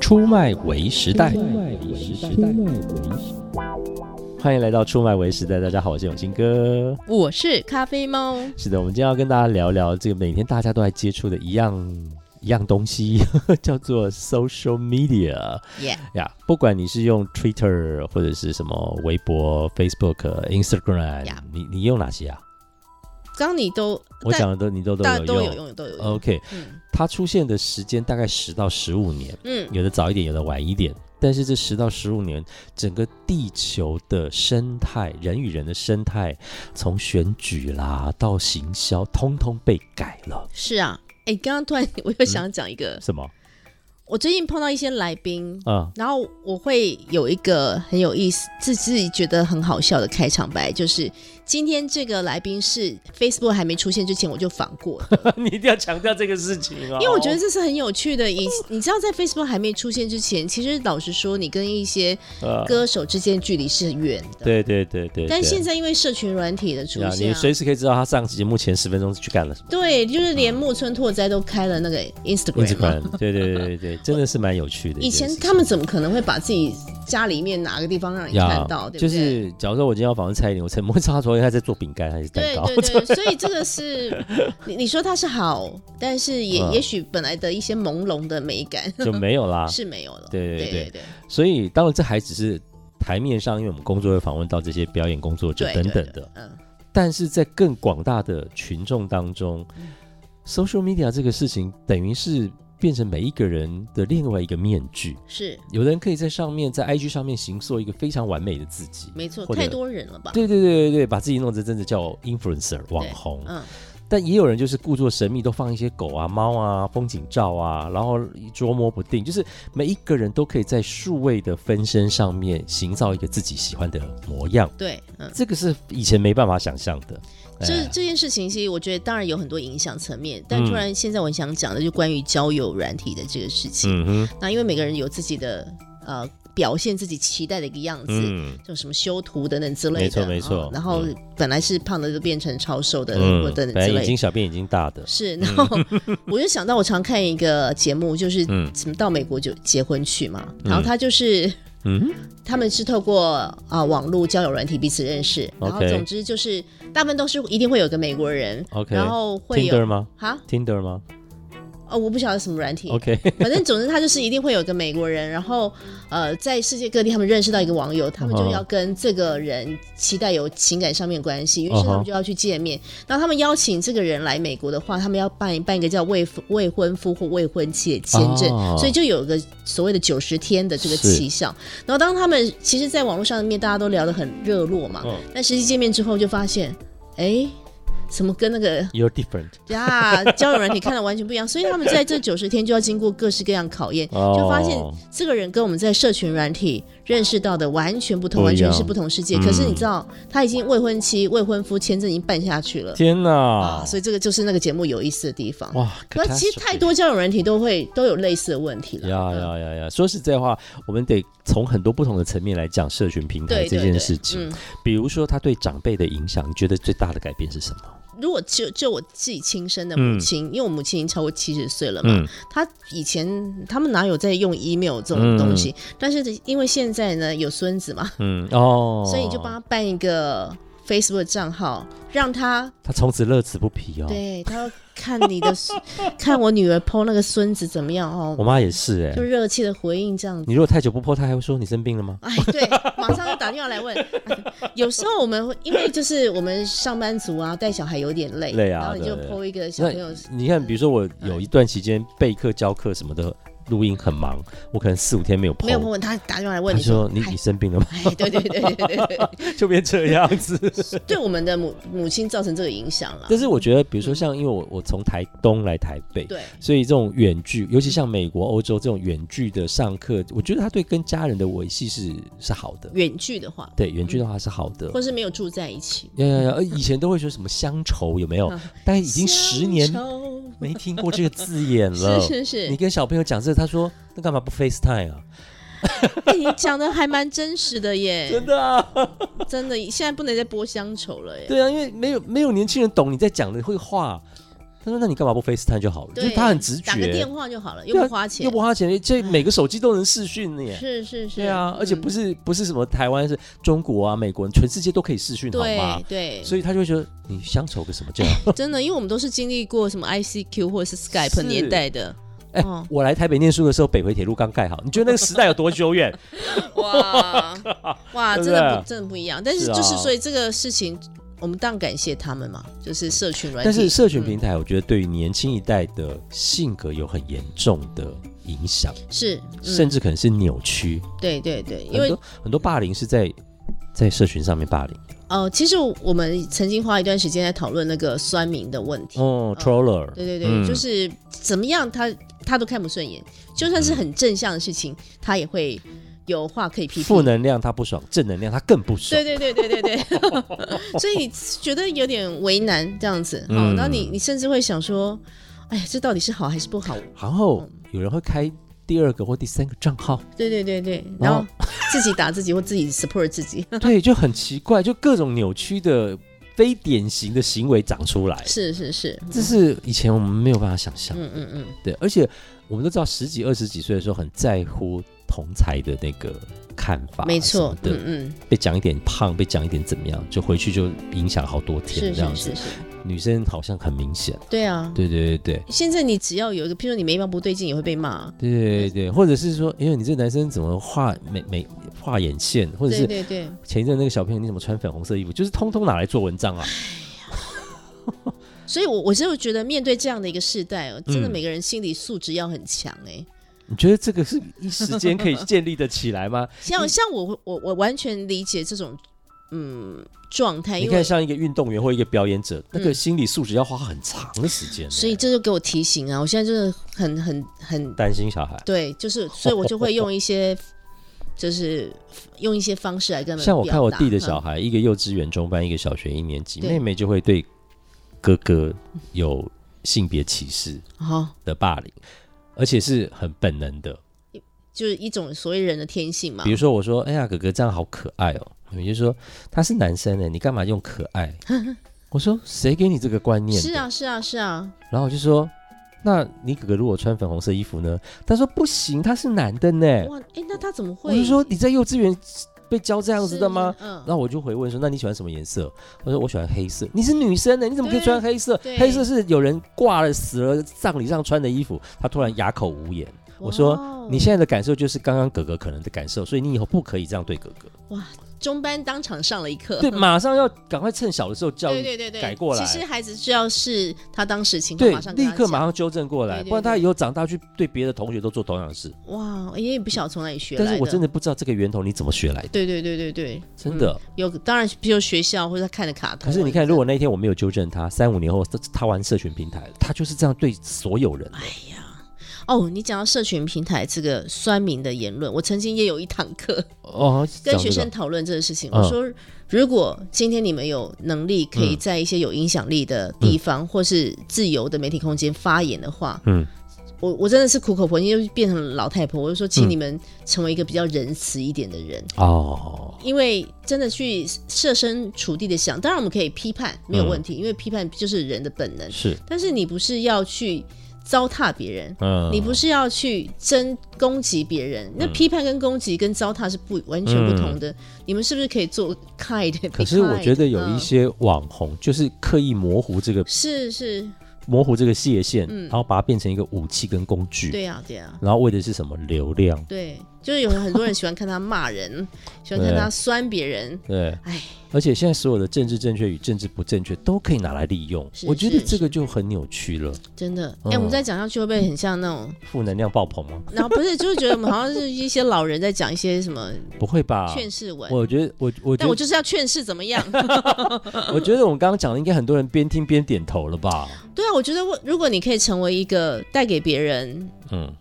出卖为时代。欢迎来到出卖为时代，大家好，我是永新哥。我是咖啡猫，是的，我们今天要跟大家聊聊这个每天大家都在接触的一样一样东西， 叫做 social media。耶、呀不管你是用 Twitter 或者是什么微博、Facebook、Instagram，、呀你你用哪些啊？刚你都我但讲的都你都都大有家用。都有用，都有用。 OK，嗯它出现的时间大概十到十五年，嗯，有的早一点，有的晚一点。但是这十到十五年，整个地球的生态，人与人的生态，从选举啦到行销，通通被改了。是啊。哎、刚刚突然我嗯又想讲一个，什么？我最近碰到一些来宾，啊、 然后我会有一个很有意思，自自己觉得很好笑的开场白，就是今天这个来宾是 Facebook 还没出现之前我就访过的，你一定要强调这个事情哦，因为我觉得这是很有趣的。以你知道，在 Facebook 还没出现之前，其实老实说，你跟一些呃歌手之间距离是远的。对对对对但对现在因为社群软体的出呀现、你啊，随时可以知道他上节目前十分钟去干了什么。对，就是连木村拓哉都开了那个 Instagram 嘛。嗯 Instagram，对对对对对，真的是蛮有趣的一啊以件前事情。他们怎么可能会把自己家里面哪个地方让你呀看到，对不对？就是假如说我今天要访问蔡依林，我曾我知道她昨天她在做饼干还是蛋对糕，对对， 所以这个是你你说它是好，但是也、嗯也许本来的一些朦胧的美感 就没有 啦。是没有了。对对对对对，所以当然这还只是台面上，因为我们工作会访问到这些表演工作者对等等的，对对嗯，但是在更广大的群众当中、s 嗯 o c i a l media 这个事情等于是变成每一个人的另外一个面具。是有的人可以在上面，在 IG 上面行塑一个非常完美的自己，没错，或者太多人了吧？对对对对对，把自己弄得真的叫 influencer 网对红。嗯，但也有人就是故作神秘，都放一些狗啊、猫啊、风景照啊，然后捉摸不定。就是每一个人都可以在数位的分身上面营造一个自己喜欢的模样，对，嗯。这个是以前没办法想象的。这哎这件事情，其实我觉得当然有很多影响层面，但嗯突然现在我想讲的就关于交友软体的这个事情。嗯哼，那因为每个人有自己的呃表现自己期待的一个样子，嗯，就什么修图等等之类的，没错没错啊然后嗯本来是胖的就变成超瘦的，或嗯等本来等之眼类睛的。小便已经大的， 是，然后我就想到我常看一个节目，就是嗯什么到美国就结婚去嘛，嗯然后他就是嗯，他们是透过啊、网络交友软体彼此认识，然后 OK 总之就是大部分都是一定会有个美国人 OK 然后会有 Tinder 吗啊？Tinder 吗哦，我不晓得什么软体？OK， 反正总之他就是一定会有一个美国人，然后呃，在世界各地他们认识到一个网友，他们嗯就要跟这个人期待有情感上面的关系，于是他嗯哼们就要去见面。然后他们邀请这个人来美国的话，他们要办一办一个叫未夫未婚夫或未婚妻的签证，哦所以就有个所谓的九十天的这个是期效。然后当他们其实，在网络上面大家都聊得很热络嘛，嗯但实际见面之后就发现，哎，怎么跟那个 You're different。呀，交友软体看的完全不一样，所以他们在这九十天就要经过各式各样考验，哦就发现这个人跟我们在社群软体认识到的完全不同，不一完样全是不同世界。嗯可是你知道，他已经未婚妻、未婚夫签证已经办下去了天哪啊，！所以这个就是那个节目有意思的地方。嗯哇，那其 catastrophe 实太多交友软体都会都有类似的问题了。呀呀呀呀！说实在话，我们得从很多不同的层面来讲社群平台对这对件对事情。嗯比如说，它对长辈的影响，你觉得最大的改变是什么？如果就就我自己亲生的母亲，因为我母亲已经超过七十岁了嘛，嗯她以前他们哪有在用 email 这种东西？但是因为现在呢有孙子嘛，嗯哦，所以你就帮他办一个 Facebook 账号，让他他从此乐此不疲哦。对他要看你的孙，看我女儿 PO 那个孙子怎么样我哦，妈也是哎、就热切的回应这样子。你如果太久不泼，她还会说你生病了吗？哎，对，马上就打电话来问。哎有时候我们会因为就是我们上班族啊，带小孩有点累，累啊然后你就对 PO 一个小那朋友你看，比如说我嗯有一段期间备课、教课什么的，录音很忙，我可能四五天没有泼。没有 PO 问他打电话来问他你说你哎你生病了吗？ 哎，对对对对对对，就变这样子。对我们的母母亲造成这个影响了。但是我觉得，比如说像，因为我我从台东来台北，对，所以这种远距，尤其像美国、欧洲这种远距的上课，我觉得它对跟家人的维系是是好的。远距的话，对，远距的话是好的。或是没有住在一起，呀呀呀！呃以前都会说什么乡愁，有没哦有？但已已经十年没听过这个字眼了。 是是是，你跟小朋友讲这个，他说那干嘛不 FaceTime 啊？哎你讲的还蛮真实的耶，真的啊，真的，现在不能再播乡愁了耶。对啊，因为没有没有年轻人懂你在讲的会话，他说：“那你干嘛不 FaceTime 就好了？”就对，是他很直觉，打个电话就好了，又对啊不花钱，又不花钱，这每个手机都能视讯呢。是是是，对啊，而且嗯不是不是什么台湾是中国啊、美国人，全世界都可以视讯好吗对？对，所以他就会觉得你乡愁个什么劲？ 真的，因为我们都是经历过什么 ICQ 或者是 Skype 是年代的，哎、哦我来台北念书的时候，北回铁路刚盖好，你觉得那个时代有多久 远？ 哇 哇，对真不的对不真的不一样。但是是啊就是所以这个事情，我们当然感谢他们嘛，就是社群软体，但是社群平台，我觉得对于年轻一代的性格有很严重的影响，是，嗯甚至可能是扭曲。对对对，因很为多很多霸凌是在在社群上面霸凌呃，其实我们曾经花一段时间在讨论那个酸民的问题。哦，troller，对对对，嗯就是怎么样他他都看不顺眼，就算嗯是很正向的事情，他也会有话可以批评。负能量他不爽，正能量他更不爽对。对对对对对， 所以觉得有点为难这样子。好、嗯然后你你甚至会想说，哎呀，这到底是好还是不好？然嗯后有人会开第二个或第三个账号，对对对对，然然后后自己打自己或自己 support 自己， 对，就很奇怪，就各种扭曲的非典型的行为长出来，是是是，这是以前我们没有办法想象。嗯嗯嗯，对，而且我们都知道十几、二十几岁的时候很在乎同才的那个看法，啊没错，对，嗯嗯，被讲一点胖，被讲一点怎么样，就回去就影响好多天是这样是子。是是，女生好像很明显，对啊。对对对对。现在你只要有一个，譬如说你眉毛不对劲，也会被骂。对对对，或者是说，因为你这男生怎么画眉眉画眼线，或者对是对对，前一阵那个小朋友你怎么穿粉红色衣服，就是通通拿来做文章啊。所以我我就觉得面对这样的一个世代哦，真的嗯每个人心理素质要很强哎、你觉得这个是一时间可以建立的起来 吗？像像我我我完全理解这种嗯状态，你因为看，像一个运动员或一个表演者，那个嗯心理素质要花很长的时间呢，所以这就给我提醒啊！我现在真的很很很担心小孩。对，就是所以我就会用一些，就是用一些方式来跟他们像我看我表达弟的小，孩，一个幼稚园中班，一个小学一年级，妹妹就会对哥哥有性别歧视嗯好、的霸凌，而且是很本能的。就是一种所谓人的天性嘛比。如说，我说：“哎呀，哥哥这样好可爱哦。”妹妹就说：“他是男生欸呢，你干嘛用可爱？” 我说：“谁给你这个观念？”是啊，。是啊，是啊，然后我就说：“那你哥哥如果穿粉红色衣服呢？”他说：“不行，他是男的呢。哇，哎、那他怎么”我会？就说：“你在幼稚园被教这样子的吗？”是？嗯，那我就回问说：“那你喜欢什么颜色？”我说：“我喜欢黑色。”你是女生呢，你怎么可以对穿黑色？对黑色是有人挂了死了葬礼上穿的衣服。他突然哑口无言。我说哇哦你现在的感受就是刚刚哥哥可能的感受，所以你以后不可以这样对哥哥。中班当场上了一课，对，马上要赶快趁小的时候教对育，呃对对对，改过来其实孩子只要是他当时情况，对马上，跟立他刻马讲上纠正过来，对对不然他对以后长大去对别的同学都做同样的事。哇，也不晓得从哪里学来但是我真的，的嗯不知道这个源头你怎么学来的，对对对对对，真的。有当然，比如学校或者他看的卡通啊。可是你看，如果果那一天我没有纠正他，三五年后他他玩社群平台，他就是这样对所有人的。哎哦，你讲到社群平台这个酸民的言论，我曾经也有一堂课哦，跟讲学这个生讨论这个事情。嗯我说，如果今天你们有能力可以嗯在一些有影响力的地方、或是自由的媒体空间发言的话，嗯，我我真的是苦口婆心，就变成老太婆。我就说，请嗯你们成为一个比较仁慈一点的人。哦，因为真的去设身处地的想，当然我们可以批判没有问嗯题，因为批判就是人的本能。是，但是你不是要去糟蹋别人，嗯，你不是要去争攻击别人。那批判跟攻击跟糟蹋是不完全不同的。你们是不是可以做 kind？嗯可是我觉得有一、嗯些网红就是刻意模糊这个是是，模糊这个界限，然后把它变成一个武器跟工具，嗯对呀、对呀、然后为的是什么流量？对，就是有很多人喜欢看他 骂人，喜欢看他酸别人。对，哎，而且现在所有的政治正确与政治不正确都可以拿来利用，是我觉得是这个就很扭曲了，真的，嗯哎、我们再讲下去会不会很像那种？负能量爆棚吗？然后不是，就是觉得我们好像是一些老人在讲一些什么不会吧？劝世文。啊我觉得，我我觉但得我，就是要劝世怎么 样？我觉得我们刚刚讲的，应该很多人边听边点头了吧？对啊，我觉得我如果你可以成为一个带给别人，嗯，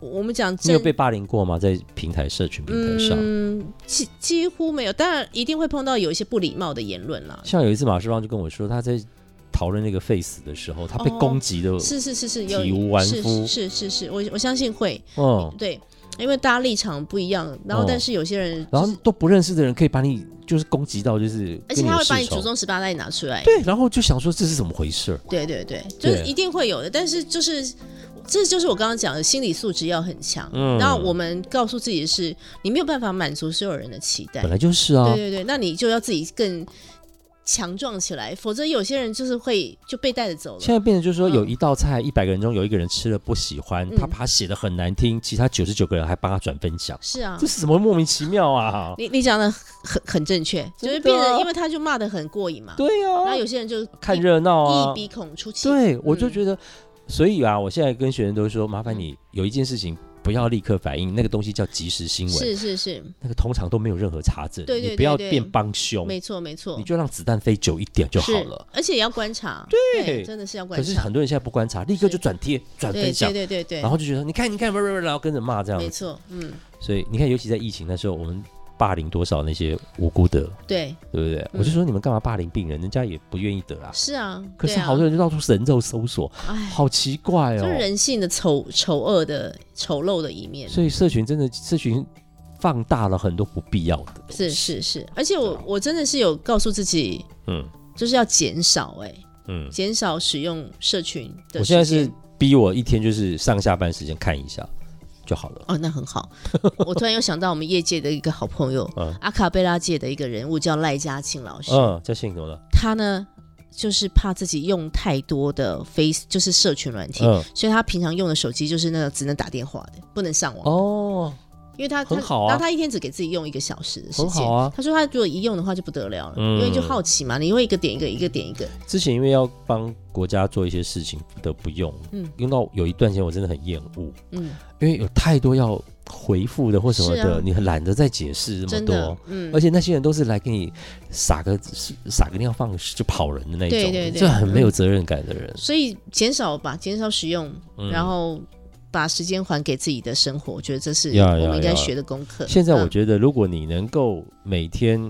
我们讲你有正被霸凌过吗？在平台、社群平台上，嗯，几几乎没有，当然一定会碰到有一些不礼貌的言论啦。像有一次马世芳就跟我说，他在讨论那个 Face 的时候，他被哦攻击的，是是是是，有体无完是肤是是是，我我相信会嗯，对。因为大家立场不一样，然后哦但是有些人、然后都不认识的人可以把你就是攻击到，就是而且他会把你跟有世仇祖宗十八代拿出来，对，然后就想说这是怎么回事儿？对对对，就是对一定会有的。但是就是，这就是我刚刚讲的心理素质要很强。嗯然后我们告诉自己的是，你没有办法满足所有人的期待本。来就是啊对，对对，那你就要自己更强壮起来，否则有些人就是会就被带着走了。现在变成就是说，嗯有一道菜，一百个人中有一个人吃了不喜欢，嗯他把它写的很难听，其他九十九个人还帮他转分享，是啊这，是什么莫名其妙啊？你你讲的很很正确，就是真的变啊成因为他就骂的很过瘾嘛。对然后啊，有些人就看一热闹啊一，鼻孔出气。对我就嗯觉得，所以啊，我现在跟学生都说，麻烦你有一件事情不要立刻反应，那个东西叫即时新闻，是是是，那个通常都没有任何查证，对对你不要对对变帮凶，没错没错你，就让子弹飞久一点就好是了。，而且也要观察。对真的是要观可察。是很多人现在不观察，立刻是就转贴转对分对享，对对对，然后就觉得你看你看，不不不然后跟着骂这样没子。错，嗯，所以你看，尤其在疫情那时候，我们霸凌多少那些无辜的，对，对不对？我就说你们干嘛霸凌病人，人家也不愿意得啊。嗯是啊。可是对啊好多，人就到处神肉搜索，哎，好奇怪就哦是。人性的丑丑恶的丑陋的一面。所以社群真的社群放大了很多不必要的东西。是是是，而且啊我我真的是有告诉自己，嗯就是要减少、哎，嗯，减少使用社群的时间。我现在是逼我一天就是上下班时间看一下就好了。哦，那很好。我突然又想到我们业界的一个好朋友，嗯阿卡贝拉界的一个人物叫赖嘉庆老师，嗯，叫信怎么了？他呢就是怕自己用太多的 Face，就是社群软体，嗯所以他平常用的手机就是那个只能打电话的，不能上网。哦，因为他很他好啊然后他一天只给自己用一个小时的时很间。好啊。他说他如果一用的话就不得了了，嗯因为就好奇嘛，你会一个点一个，一个点一个，之前因为要帮国家做一些事情不得不用，嗯用到有一段时间我真的很厌恶，嗯，因为有太多要回复的或什么是的，啊你很懒得再解释这真么的多。，哎嗯而，且那些人都是来给你撒个撒个尿放就跑人的那一种，对对对嗯这很没有责任感的人。所以减少吧，减少使用，嗯然后把时间还给自己的生活，我觉得这是呀呀我们应该呀学的功课。现在我嗯觉得，如果你能够每天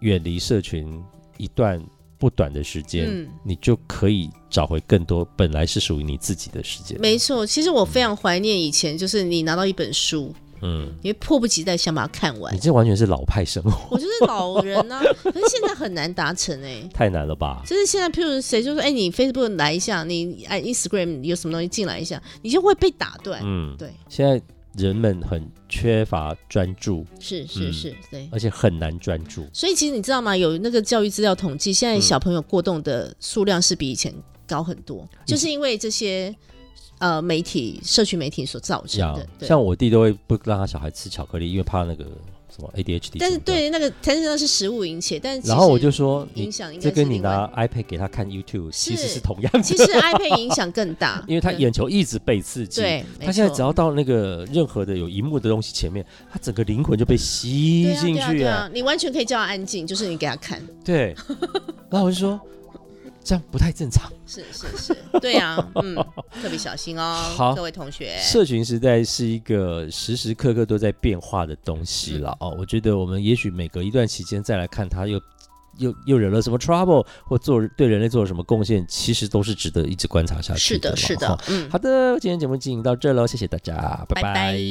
远离社群一段不短的时间，嗯你就可以找回更多本来是属于你自己的时间。没错，其实我非常怀念以前，就是你拿到一本书，嗯，你会迫不及待想把它看完你。这完全是老派生活，我就是老人啊，可是现在很难达成哎、太难了吧？就是现在，譬如谁就说，哎、你 Facebook 来一下，你哎 Instagram 有什么东西进来一下，你就会被打断。嗯，对，现在人们很缺乏专注，是是嗯是，对。而且很难专注。所以其实你知道吗？有那个教育资料统计，现在小朋友过动的数量是比以前高很多，嗯就是因为这些呃媒体、社区媒体所造成像的。对。像我弟都会不让他小孩吃巧克力，因为怕那个什么 ADHD。但是，对那个，但是那是食物引起，但是其然后我实就说影你响应该这是跟你另外拿 iPad 给他看 YouTube 其实是是同样的，其实 iPad 影响更大， 因为他对眼球一直被刺激。对，没他现在错只要到那个任何的有荧幕的东西前面，他整个灵魂就被吸对啊进对啊去对哎啊，你完全可以叫他安静，就是你给他看，对，然后我就说这样不太正常。是是是，对啊，嗯，特别小心哦，好各位同学，社群时代是一个时时刻刻都在变化的东嗯西了、哦。我觉得我们也许每隔一段期间再来看它又。又又惹了什么 trouble，或做对人类做了什么贡献，其实都是值得一直观察下去是的嘛。的，是哈的，嗯。好的，今天节目进行到这喽，谢谢大家，拜拜拜